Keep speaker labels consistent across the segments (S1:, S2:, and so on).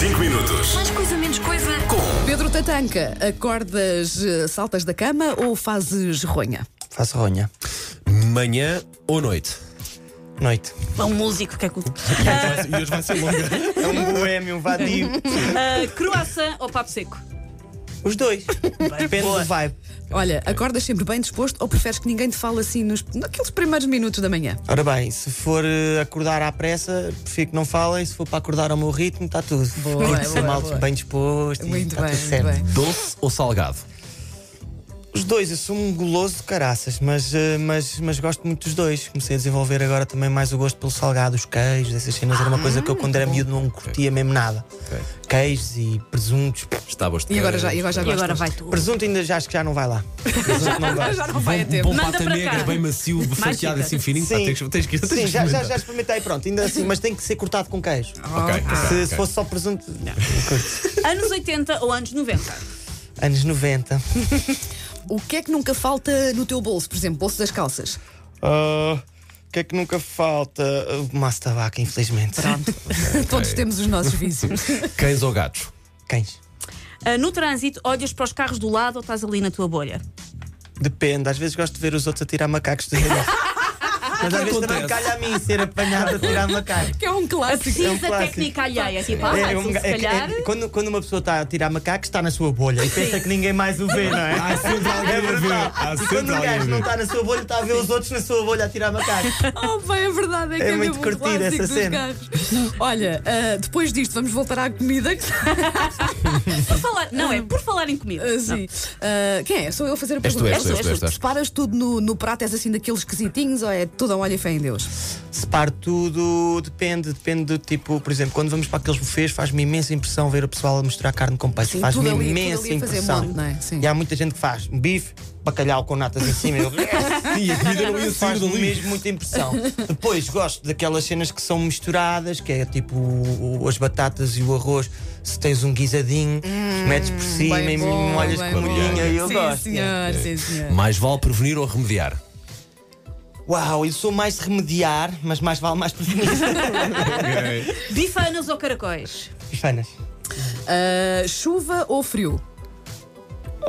S1: 5 minutos
S2: Mais coisa, menos coisa.
S1: com
S3: Pedro Tatanca, acordas, eh, saltas da cama ou fazes ronha?
S4: Faço ronha.
S5: Manhã ou noite?
S4: Noite.
S6: Pão músico, que é culto.
S5: E hoje vai ser longa.
S4: É um boêmio, vadio.
S6: Ah, croissant ou papo seco?
S4: Os dois. Depende do vibe.
S3: Olha, acordas sempre bem disposto ou preferes que ninguém te fale assim nos, naqueles primeiros minutos da manhã?
S4: Ora bem, se for eh, acordar à pressa, prefiro que não falem. Se for para acordar ao meu ritmo, está tudo.
S3: Boa,
S4: Tem que ser
S3: boa,
S4: mal
S3: boa.
S4: bem disposto. e
S3: Muito
S4: tá
S3: bem,
S4: tudo
S3: muito
S4: certo.
S3: bem.
S5: Doce ou salgado?
S4: Os dois, eu sou um goloso de caraças, mas, eh, mas, mas gosto muito dos dois. Comecei a desenvolver agora também mais o gosto pelo salgado, os queijos, essas cenas. Era uma
S3: Ah,
S4: coisa que eu quando era miúdo não curtia mesmo nada. Queijos e presuntos.
S5: Está bastante.
S3: E agora já, e agora já
S6: E agora
S3: gostas?
S6: vai tu.
S4: Presunto ainda já acho que já não vai lá. Presunto não vai.
S3: Já não vai a
S5: Bom
S3: tempo.
S6: Manda
S5: pata
S6: para
S5: negra,
S6: cá.
S5: bem macio, fatiado
S6: dicas.
S5: assim fininho. Pá,
S4: Sim.
S5: tens, que- tens que. tens
S4: Sim,
S5: que
S4: já, já, já
S5: experimentar.
S4: experimentei, pronto, ainda assim, mas tem que ser cortado com queijo.
S5: Ok, ok,
S4: Se, se
S5: ok.
S4: fosse só presunto. não, curto.
S6: Anos 80 ou anos 90?
S4: Anos 90.
S3: O que é que nunca falta no teu bolso? Por exemplo, bolso das calças.
S4: Ah, O que é que nunca falta? Uh, Maço de tabaco, infelizmente.
S3: Pronto. Todos temos os nossos vícios.
S5: Cães ou gatos?
S4: Cães.
S6: Ah, no trânsito, olhas para os carros do lado ou estás ali na tua bolha?
S4: Depende, às vezes gosto de ver os outros a tirar macacos do relógio. Mas às vezes também
S5: Acontece.
S4: calha a mim ser apanhado a tirar macacos.
S3: Que é um clássico.
S4: um
S6: Precisa
S4: clássico.
S6: técnica alheia. Tipo, ah,
S4: É,
S6: tu,
S4: um
S6: se
S4: ga- é que- é-
S6: calhar.
S4: quando, quando uma pessoa está a tirar macacos, está na sua bolha e pensa que ninguém mais o vê, não é?
S5: Há sempre alguém
S4: É
S5: a é ver.
S4: verdade.
S5: Há
S4: E
S5: sempre
S4: quando um
S5: alguém a
S4: gajo não
S5: ver.
S4: está na sua bolha, está a ver os outros na sua bolha a tirar macacos.
S3: Oh, bem, a verdade é que é,
S4: muito
S3: mesmo um
S4: curtida
S3: clássico
S4: essa
S3: dos
S4: cena.
S3: carros. Olha, ah, depois disto, vamos voltar à comida. que-
S6: Por falar, não é, por falar em comida.
S3: Ah, sim. Ah, quem é? Sou eu a fazer a
S5: És tu,
S3: pergunta.
S5: és tu, és tu, és tu.
S3: Separas tudo no, no prato, és assim daqueles esquisitinhos ou é tudo a um olho e fé em Deus?
S4: Separo tudo, depende, depende do tipo, por exemplo, quando vamos para aqueles bufês faz-me imensa impressão ver o pessoal a misturar carne com peixe.
S3: Sim,
S4: Faz-me
S3: tudo ali- tudo
S4: imensa
S3: ali a fazer
S4: impressão.
S3: molho, não é? Sim.
S4: E há muita gente que faz bife, bacalhau com natas em cima. Eu- "É."
S5: Sim, a comida não ia sair
S4: Faz-me
S5: dali.
S4: mesmo muita impressão. Depois gosto daquelas cenas que são misturadas, que é tipo o- o- as batatas e o arroz. Se tens um guisadinho, metes por cima
S3: Hum, bem
S4: e
S3: bom,
S4: molhas
S3: bem
S4: com a
S3: bom.
S4: molhinha e eu
S3: sim,
S4: gosto.
S3: Senhor, sim, senhor.
S5: É. Mais vale prevenir ou remediar?
S4: Uau, eu sou mais de remediar, mas mais vale mais prevenir.
S6: Bifanas ou caracóis?
S4: Bifanas.
S3: Ah, chuva ou frio?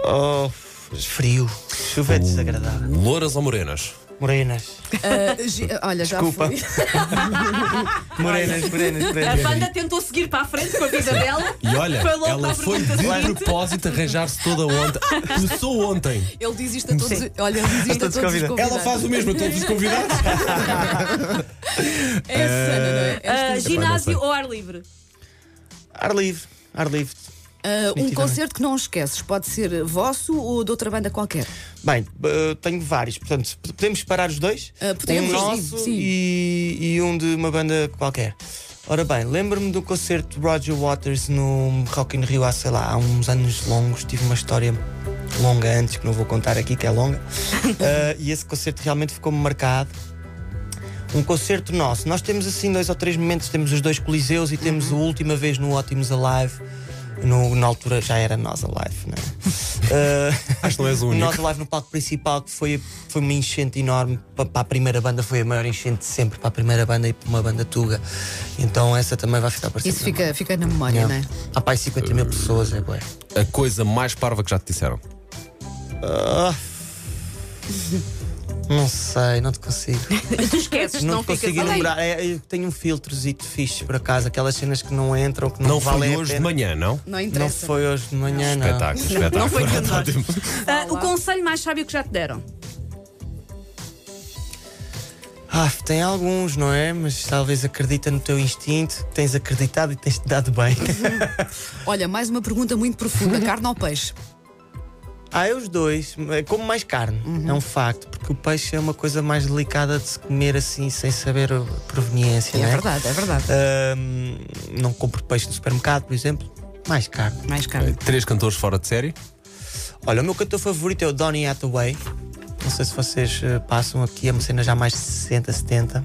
S4: Oh, frio. Chuva é desagradável.
S5: Louras ou morenas?
S4: Morenas.
S3: Ah, gi- olha, já
S4: Desculpa.
S3: fui.
S4: Morenas, morenas,
S6: A
S4: morenas.
S6: banda tentou seguir para a frente com a vida dela.
S5: E olha,
S6: Foi logo para
S5: ela
S6: a
S5: foi
S6: pergunta assim. seguinte.
S5: de propósito arranjar-se toda ontem. Começou ontem.
S3: Ele diz isto a todos. Olha, ele diz isto a todos
S4: todos
S3: os
S4: convidados.
S3: convidados.
S5: Ela faz o mesmo a todos os convidados.
S3: É sana, não é?
S6: Ah,
S3: É estranho.
S6: ginásio ou ar livre?
S4: Ar livre, ar livre.
S3: Ah, um
S4: definitivamente.
S3: concerto que não esqueces. Pode ser vosso ou de outra banda qualquer.
S4: Bem, eh, tenho vários, portanto, p- podemos separar os dois?
S3: Eh, podemos,
S4: um
S3: sim,
S4: nosso
S3: sim.
S4: E, e um de uma banda qualquer. Ora bem, lembro-me do concerto de Roger Waters no Rock in Rio há, sei lá, há uns anos longos. Tive uma história longa antes, que não vou contar aqui, que é longa. Eh, e esse concerto realmente ficou-me marcado. Um concerto nosso. Nós temos assim dois ou três momentos. Temos os dois Coliseus e temos
S3: Uhum.
S4: a última vez no Ótimos Alive. No, na altura já era nós Alive, não é? Eh,
S5: Acho que não és um o
S4: o
S5: único.
S4: nosso live no palco principal, que foi, foi uma enchente enorme pa- para a primeira banda, foi a maior enchente de sempre para a primeira banda e para uma banda tuga. Então essa também vai ficar para sempre.
S3: Isso fica, fica na memória, não, é?
S4: Há pai 50 mil pessoas, é bué.
S5: A coisa mais parva que já te disseram.
S4: Ah. Não sei, não te consigo.
S6: Tu esqueces,
S4: Não,
S6: não,
S4: te
S6: ficas.
S4: consigo
S3: assim.
S4: enumerar. É, eu tenho um filtrozito fixe por acaso, aquelas cenas que não entram, que não,
S5: Não
S4: valem
S5: foi
S4: a
S5: hoje de
S4: pena.
S5: manhã, não?
S3: Não
S4: Não
S3: interessa.
S4: foi hoje de manhã, não.
S5: Espetáculo, espetáculo. Não foi
S6: Ah, o conselho mais sábio que já te deram?
S4: Ah, tem alguns, não é? Mas talvez acredita no teu instinto, que tens acreditado e tens-te dado bem.
S3: Olha, mais uma pergunta muito profunda: carne ou peixe?
S4: Há os dois, é como mais carne,
S3: Uhum.
S4: é um facto, porque o peixe é uma coisa mais delicada de se comer assim, sem saber a proveniência.
S3: É
S4: né?
S3: verdade, é verdade.
S4: Ahm, não compro peixe no supermercado, por exemplo, mais carne.
S3: Mais carne.
S5: Três cantores fora de série.
S4: Olha, o meu cantor favorito é o Donny Hathaway. Não sei se vocês eh, passam aqui, é uma cena já mais de 60, 70,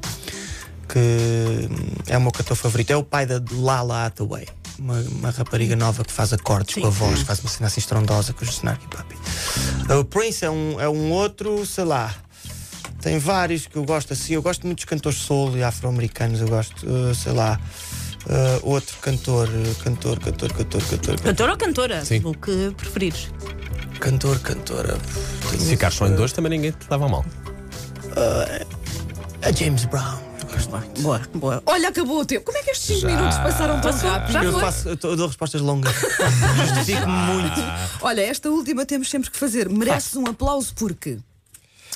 S4: que hum, é o meu cantor favorito. É o pai da Lala Hathaway, uma, uma rapariga nova que faz acordes com a voz, faz uma cena assim estrondosa com o Snarky Puppy. O Prince é um, é um outro, sei lá. Tem vários que eu gosto assim. Eu gosto muito dos cantores solo e afro-americanos. Eu gosto, eh, sei lá. ah, outro cantor, eh, cantor, cantor, cantor, cantor, cantor,
S6: Cantor ou cantora?
S5: Sim.
S6: O que preferires.
S4: cantor cantora. Tenho-
S5: Se ficar só em dois, também ninguém te dava mal.
S4: A É James Brown. Eu gosto muito.
S6: Boa, boa.
S3: Olha, acabou o tempo. Como é que estes 5
S5: Já.
S3: minutos passaram tão rápido?
S6: Já
S4: Eu,
S6: foi. Ah,
S4: faço, eu to- eu dou respostas longas. Justifico-me muito.
S3: Olha, esta última temos sempre que fazer. Mereces um aplauso porque?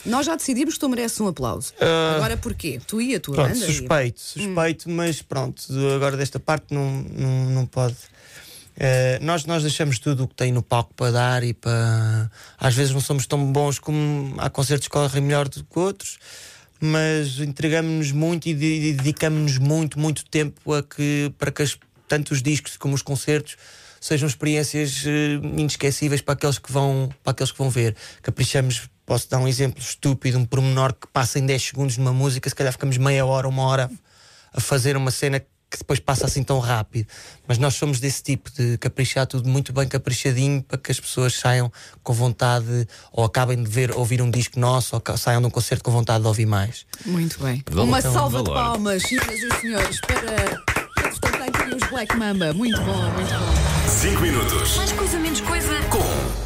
S3: Nós já decidimos que tu mereces um aplauso. Agora porquê? Tu e a tua
S4: Pronto,
S3: banda? e-
S4: suspeito,
S6: Hum.
S4: suspeito, mas pronto, de- agora desta parte não, não, não pode. Eh, nós, nós deixamos tudo o que tem no palco para dar e para. Às vezes não somos tão bons como há concertos que correm melhor do que outros, mas entregamos-nos muito e de- e dedicamos-nos muito, muito tempo a que, para que as- tanto os discos como os concertos sejam experiências eh, inesquecíveis para aqueles que vão, para aqueles que vão ver. Caprichamos, posso dar um exemplo estúpido, um pormenor que passa em 10 segundos numa música, se calhar ficamos meia hora, uma hora a fazer uma cena que depois passa assim tão rápido. Mas nós somos desse tipo de caprichar tudo muito bem caprichadinho para que as pessoas saiam com vontade ou acabem de ver, ouvir um disco nosso ou ca- saiam de um concerto com vontade de ouvir mais.
S3: Muito bem.
S5: Valor,
S3: Uma
S5: então,
S3: salva de
S5: valor.
S3: palmas, senhoras e senhores, para eles também os Black Mamba. Muito bom, muito bom.
S1: 5 minutos.
S2: Mais coisa, menos coisa.
S1: Com